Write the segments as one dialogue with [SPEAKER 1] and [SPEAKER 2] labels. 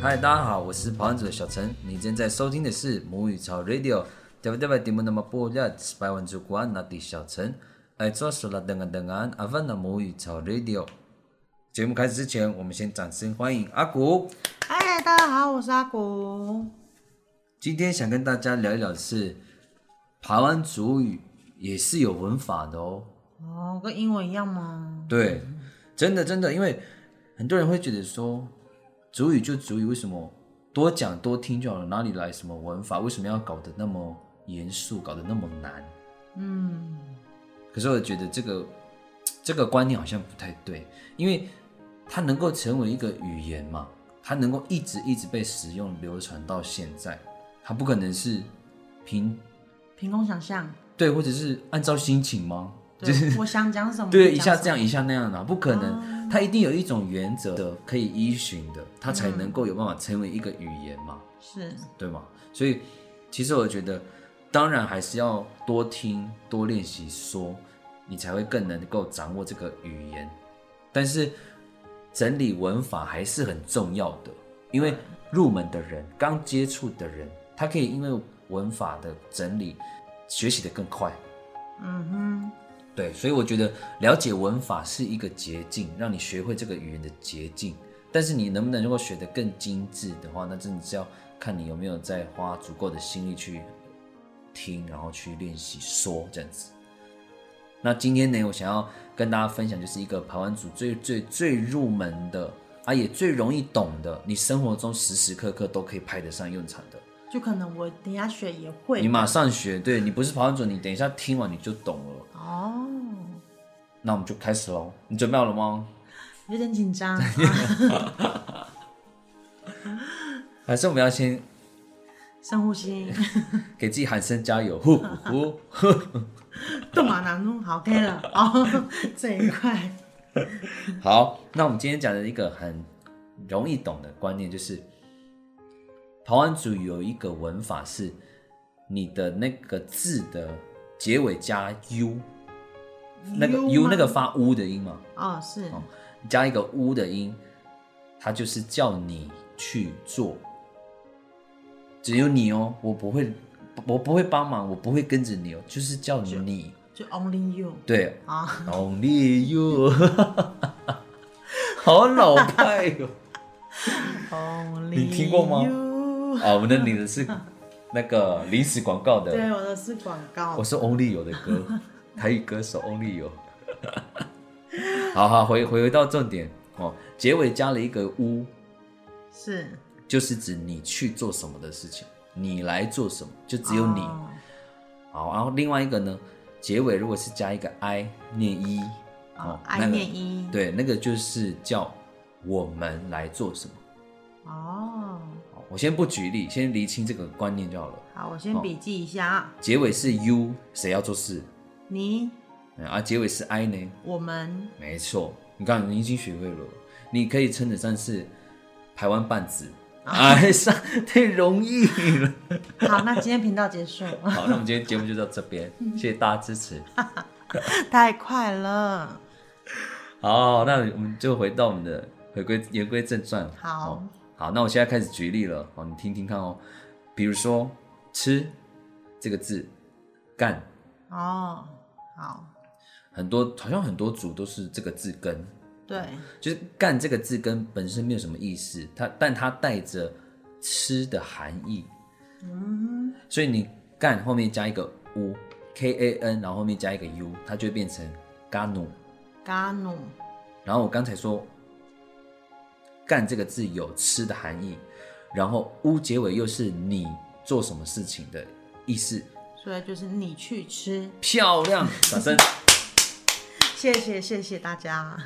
[SPEAKER 1] 嗨，大家好，我是跑者小陈，你正在收听的是母语潮 Radio。对不对？你们那么不热，是百万主管那的小陈，爱做事了，等啊等啊，阿凡的母语潮 Radio。节目开始之前，我们先掌声欢迎阿古。
[SPEAKER 2] 嗨，大家好，我是阿古。
[SPEAKER 1] 今天想跟大家聊一聊的是，台湾主语也是有文法的哦。
[SPEAKER 2] 哦，跟英文一样吗？
[SPEAKER 1] 对，真的真的，因为很多人会觉得说，主语就主语，为什么多讲多听就好了？哪里来什么文法？为什么要搞得那么严肃，搞得那么难？
[SPEAKER 2] 嗯，
[SPEAKER 1] 可是我觉得这个这个观念好像不太对，因为它能够成为一个语言嘛，它能够一直一直被使用流传到现在，它不可能是凭
[SPEAKER 2] 凭空想象，
[SPEAKER 1] 对或者是按照心情吗？
[SPEAKER 2] 对，我想讲什么，
[SPEAKER 1] 对，
[SPEAKER 2] 就
[SPEAKER 1] 一
[SPEAKER 2] 讲
[SPEAKER 1] 下
[SPEAKER 2] 什
[SPEAKER 1] 这样，一下那样的、啊，不可能。它一定有一种原则的可以依循的，它才能够有办法成为一个语言嘛，
[SPEAKER 2] 么是
[SPEAKER 1] 对吗？所以，其实我觉得，当然还是要多听、多练习说，你才会更能够掌握这个语言。但是，整理文法还是很重要的，因为入门的人、刚接触的人，他可以因为文法的整理学习的更快。
[SPEAKER 2] 嗯
[SPEAKER 1] 对，所以我觉得了解文法是一个捷径，让你学会这个语言的捷径。但是你能不能够学得更精致的话，那真的是要看你有没有在花足够的心力去听，然后去练习说这样子。那今天呢，我想要跟大家分享，就是一个排湾组最最最入门的啊，也最容易懂的，你生活中时时刻刻都可以派得上用场的。
[SPEAKER 2] 哼，就可能我等一下学也会
[SPEAKER 1] 你马上学，对你不是排湾组，你等一下听完你就懂了。
[SPEAKER 2] 哦，
[SPEAKER 1] 那我们就开始喽，你准备好了吗？
[SPEAKER 2] 有点紧 张。啊
[SPEAKER 1] 还呃是我们要先
[SPEAKER 2] 深呼吸，
[SPEAKER 1] 给自己喊声加油，呼 呼呼！
[SPEAKER 2] 动马难弄，好，OK 了。哦，这一块，
[SPEAKER 1] 好，那我们今天讲的一个很容易懂的观念就是，台湾族有一个文法是你的那个字的结尾加 u，那个
[SPEAKER 2] U
[SPEAKER 1] u
[SPEAKER 2] 吗
[SPEAKER 1] 那个发 u 的音嘛，
[SPEAKER 2] 哦，是
[SPEAKER 1] 加一个 u 的音，它就是叫你去做，只有你哦，我不会，我不会帮忙，我不会跟着你哦，就是叫你。
[SPEAKER 2] 就 Only You
[SPEAKER 1] 对，
[SPEAKER 2] 啊，
[SPEAKER 1] Only you，好老派哟、
[SPEAKER 2] ，Only
[SPEAKER 1] 你听过吗
[SPEAKER 2] You
[SPEAKER 1] 啊，我们的领的是那个临时广告的，
[SPEAKER 2] 对，我的是广告
[SPEAKER 1] 我，是 Only 有的歌，台语歌手 Only 有。 好好，回回回到重点哦，结尾加了一个 u，
[SPEAKER 2] 是
[SPEAKER 1] 就是指你去做什么的事情，你来做什么，就只有你。
[SPEAKER 2] 哦
[SPEAKER 1] 好，然后另外一个呢，结尾如果是加一个 i 念一，
[SPEAKER 2] 哦
[SPEAKER 1] 哦，
[SPEAKER 2] 爱
[SPEAKER 1] 那个
[SPEAKER 2] 念一，
[SPEAKER 1] 对，那个就是叫我们来做什么。
[SPEAKER 2] 哦。
[SPEAKER 1] 好我先不举例，先厘清这个观念就好了。
[SPEAKER 2] 好，我先笔记一下啊。
[SPEAKER 1] 结尾是 u，谁要做事？
[SPEAKER 2] 你、
[SPEAKER 1] 嗯啊，结尾是 i 呢？
[SPEAKER 2] 我们
[SPEAKER 1] 没错，你看你已经学会了，你可以称得上是台湾半子。 哎，上太容易了。
[SPEAKER 2] 好，那今天频道 结束，
[SPEAKER 1] 好，那我们今天节目就到这边，谢谢大家支持。
[SPEAKER 2] 太快了。
[SPEAKER 1] 好，那我们就回到我们的回归言归正传。
[SPEAKER 2] 好
[SPEAKER 1] 哦好，那我现在开始举例了，哦，你听听看哦。比如说“吃”这个字，干
[SPEAKER 2] 哦，好，
[SPEAKER 1] 很多好像很多组都是这个字根，
[SPEAKER 2] 对，
[SPEAKER 1] 就是“干”这个字根本身没有什么意思，它但它带着“吃”的含义，
[SPEAKER 2] 嗯，
[SPEAKER 1] 所以你“干”后面加一个 “u”。K A N，然后后面加一个 U，它就会变成 ganu。
[SPEAKER 2] 嘎努，
[SPEAKER 1] 然后我刚才说“干”这个字有吃的含义，然后“乌”结尾又是你做什么事情的意思。
[SPEAKER 2] 所以就是你去吃。
[SPEAKER 1] 漂亮，掌声！
[SPEAKER 2] 谢谢，谢谢大家。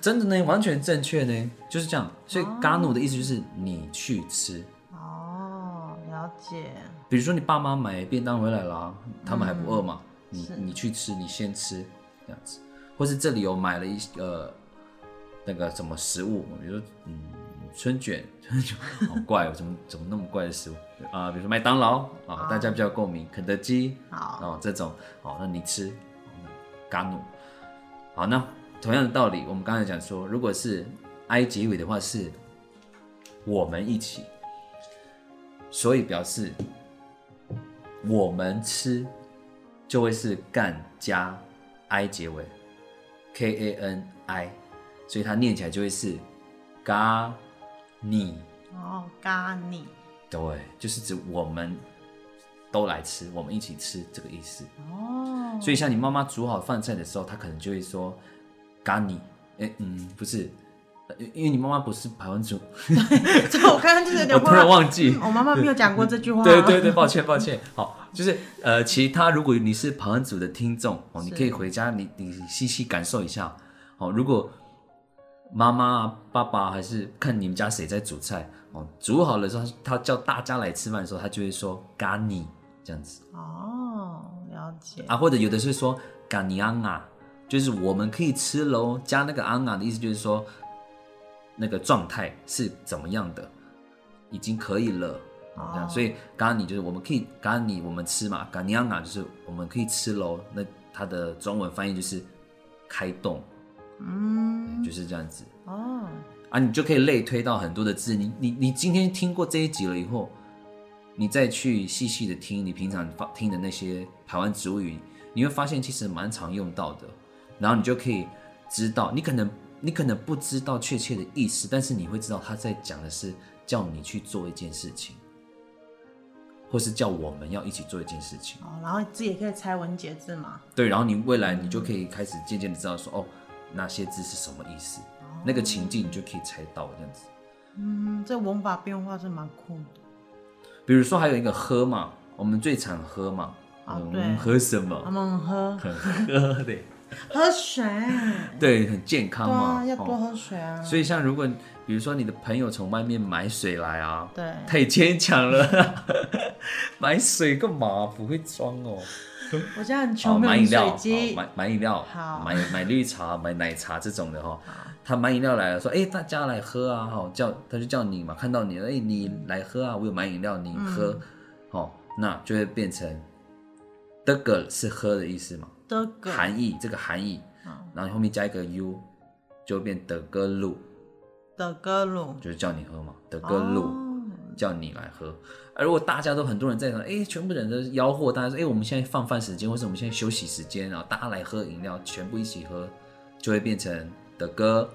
[SPEAKER 1] 真的呢，完全正确呢，就是这样。所以“嘎努”的意思就是你去吃。
[SPEAKER 2] 哦，了解，
[SPEAKER 1] 比如说你爸妈买便当回来了啊，他们还不饿嘛，你
[SPEAKER 2] 嗯是
[SPEAKER 1] 你去吃，你先吃这样子，或是这里有买了一些呃那个什么食物，比如说嗯春卷， 春卷好怪 哦，怎么怎么那么怪的食物啊、比如说麦当劳啊，大家比较有共鸣，肯德基
[SPEAKER 2] 好
[SPEAKER 1] 哦这种，好、那你吃，嘎努，好那同样的道理，我们刚才讲说，如果是 I 结尾的话是我们一起，所以表示我们吃就会是干加 i 结尾，k a n i，所以它念起来就会是咖你，
[SPEAKER 2] 哦，咖喱，
[SPEAKER 1] 对，就是指我们都来吃，我们一起吃这个意思。
[SPEAKER 2] 哦，
[SPEAKER 1] 所以像你妈妈煮好饭菜的时候，她可能就会说“咖喱”，哎，嗯，不是，呃因为你妈妈不是台湾族，
[SPEAKER 2] 这我刚刚就是有
[SPEAKER 1] 我
[SPEAKER 2] 点
[SPEAKER 1] 突然忘记。
[SPEAKER 2] 我妈妈没有讲过这句话。
[SPEAKER 1] 对对对，抱歉抱歉。好，就是呃，其他如果你是台湾族的听众哦，你
[SPEAKER 2] 是
[SPEAKER 1] 可以回家你你细细感受一下哦。如果妈妈、爸爸还是看你们家谁在煮菜哦，煮好了之后，他叫大家来吃饭的时候，他就会说“咖喱”这样子。
[SPEAKER 2] 哦，了解。
[SPEAKER 1] 啊，或者有的是说“嘎尼安啊”，就是我们可以吃喽。加那个“安啊”的意思就是说，那个状态是怎么样的，已经可以了。啊，这样，
[SPEAKER 2] 哦
[SPEAKER 1] 所以“咖喱”就是我们可以“咖喱”，我们吃嘛，“嘎尼安啊”就是我们可以吃喽。那它的中文翻译就是“开动”，
[SPEAKER 2] 嗯，
[SPEAKER 1] 就是这样子。
[SPEAKER 2] 哦，
[SPEAKER 1] 啊，你就可以类推到很多的字。你你你今天听过这一集了以后，你再去细细的听你平常发听的那些台湾植物语，你会发现其实蛮常用到的。然后你就可以知道，你可能你可能不知道确切的意思，但是你会知道他在讲的是叫你去做一件事情，或是叫我们要一起做一件事情。
[SPEAKER 2] 哦，然后自己也可以猜文解字嘛。
[SPEAKER 1] 对，然后你未来你就可以开始渐渐的知道说，哦，那些字是什么意思，那个情境你就可以猜到这样子。
[SPEAKER 2] 嗯，这文法变化是蛮酷的。
[SPEAKER 1] 比如说还有一个喝嘛，我们最常喝嘛，
[SPEAKER 2] 啊
[SPEAKER 1] 嗯
[SPEAKER 2] 对啊
[SPEAKER 1] 喝什么？
[SPEAKER 2] 他们喝
[SPEAKER 1] 很喝的，
[SPEAKER 2] 喝水，
[SPEAKER 1] 对，很健康
[SPEAKER 2] 对
[SPEAKER 1] 嘛
[SPEAKER 2] 啊，，要多
[SPEAKER 1] 哦
[SPEAKER 2] 喝水啊。
[SPEAKER 1] 所以像如果比如说你的朋友从外面买水来啊，
[SPEAKER 2] 对，
[SPEAKER 1] 太牵强了， 买水干嘛？不会装哦，
[SPEAKER 2] 我现在很
[SPEAKER 1] 哦，
[SPEAKER 2] 穷，没
[SPEAKER 1] 买
[SPEAKER 2] 有
[SPEAKER 1] 饮
[SPEAKER 2] 饮
[SPEAKER 1] 料，
[SPEAKER 2] 水
[SPEAKER 1] 哦
[SPEAKER 2] 机。
[SPEAKER 1] 买买饮料
[SPEAKER 2] 好，
[SPEAKER 1] 买买绿茶，买奶茶这种的哈、哦
[SPEAKER 2] 好。
[SPEAKER 1] 他买饮料来了，说：“哎、大家来喝啊！”哈、叫他就叫你嘛，看到你，哎、你来喝啊！我有买饮料，
[SPEAKER 2] 嗯
[SPEAKER 1] 你喝，哦，那就会变成这个是喝的意思嘛，
[SPEAKER 2] 的个，
[SPEAKER 1] 含义这个含义，
[SPEAKER 2] 嗯
[SPEAKER 1] 然后后面加一个 u，就会变德哥路，
[SPEAKER 2] 的歌路，
[SPEAKER 1] 就是叫你喝嘛，德哥路、
[SPEAKER 2] 哦
[SPEAKER 1] 叫你来喝。而如果大家都很多人在场，哎、全部人都吆喝，大家说：“哎、我们现在放饭时间，或者我们现在休息时间，然后大家来喝饮料，全部一起喝，就会变成德哥，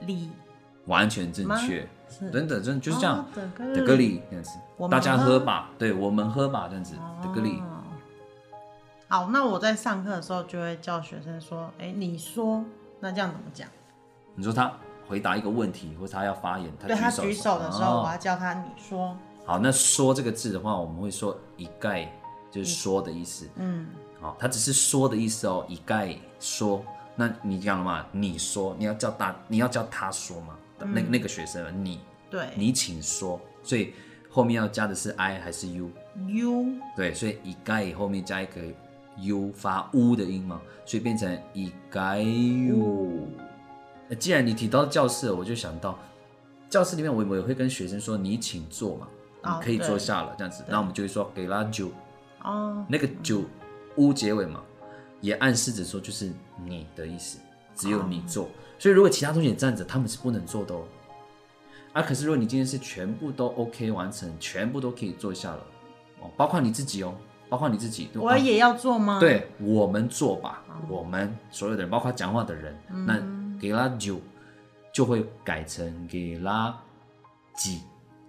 [SPEAKER 2] 里
[SPEAKER 1] 完全正确。”
[SPEAKER 2] 是
[SPEAKER 1] 真的，真的就是这样
[SPEAKER 2] 哦。的歌
[SPEAKER 1] 德格里这样子
[SPEAKER 2] 我，们
[SPEAKER 1] 大家
[SPEAKER 2] 喝
[SPEAKER 1] 喝吧，对我们喝吧这样子。德格里，
[SPEAKER 2] 哦好，那我在上课的时候就会叫学生说：“哎、你说，那这样怎么讲
[SPEAKER 1] 你说他回答一个问题，或者他要发言，？”他
[SPEAKER 2] 对他举手的时候，
[SPEAKER 1] 哦
[SPEAKER 2] 我要叫他你说。
[SPEAKER 1] 好，那说这个字的话，我们会说一概，就是说的意思。
[SPEAKER 2] 嗯，
[SPEAKER 1] 好，哦它只是说的意思哦，一概说。那你讲了嘛？你说，你要叫大，你要叫他说嘛？那那个学生，你
[SPEAKER 2] 嗯对
[SPEAKER 1] 你请说，所以后面要加的是 i 还是 u？
[SPEAKER 2] ，you
[SPEAKER 1] 对，所以一盖后面加一个 u 发 u 的音嘛，所以变成一盖 u。呃
[SPEAKER 2] 嗯
[SPEAKER 1] 既然你提到教室了，我就想到教室里面我我也会跟学生说，你请坐嘛，
[SPEAKER 2] 哦
[SPEAKER 1] 你可以坐下了这样子。那我们就会说给啦九，
[SPEAKER 2] 哦，
[SPEAKER 1] 那个九 u 结尾嘛，也暗示着说就是你的意思，只有你
[SPEAKER 2] 哦
[SPEAKER 1] 坐。所以如果其他同学站着，他们是不能坐的哦。啊，可是如果你今天是全部都 OK 完成，全部都可以坐下了哦，包括你自己哦，包括你自己。
[SPEAKER 2] 我也要哦做吗？，
[SPEAKER 1] 对，我们做吧，我们所有的人，包括讲话的人，
[SPEAKER 2] 嗯
[SPEAKER 1] 那给啦九就会改成给啦几，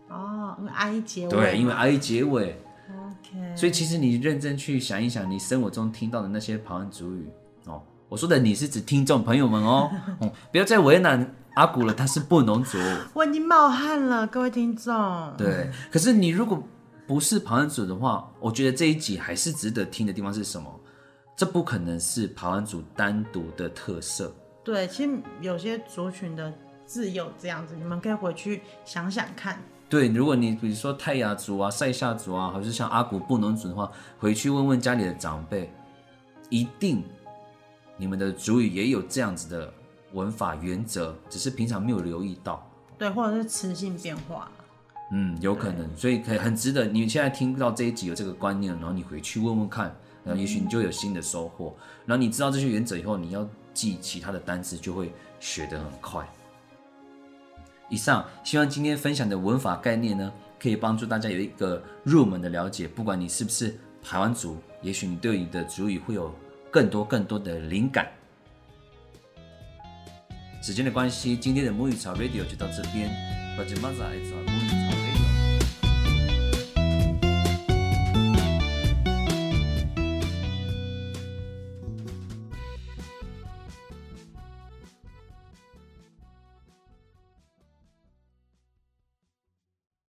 [SPEAKER 2] 哦，因为 i 结尾嘛，
[SPEAKER 1] 对，因为 i 结尾，
[SPEAKER 2] OK，
[SPEAKER 1] 所以其实你认真去想一想，你生活中听到的那些旁人主语哦，我说的你是指听众朋友们哦， 嗯，不要再为难阿古了，他是布农族，
[SPEAKER 2] 我已经冒汗了，各位听众。，
[SPEAKER 1] 对。可是你如果不是旁人族的话，我觉得这一集还是值得听的地方是什么？这不可能是旁人族单独的特色，
[SPEAKER 2] 对，其实有些族群的自有这样子，你们可以回去想想看。
[SPEAKER 1] 对，如果你比如说泰雅族啊、塞夏族啊，还是像阿古布农族的话，回去问问家里的长辈，一定你们的族语也有这样子的文法原则，只是平常没有留意到。
[SPEAKER 2] 对，或者是词性变化。
[SPEAKER 1] 嗯，有可能，所以可以很值得。你现在听到这一集有这个观念，然后你回去问问看，然后也许你就有新的收获。然后你知道这些原则以后，你要记其他的单词就会学得很快。以上，希望今天分享的文法概念呢，可以帮助大家有一个入门的了解。不管你是不是台湾族，也许你对你的族语会有更多更多的灵感。时间的关系，今天的母语潮 Radio 就到这边。我是马仔，爱做母语。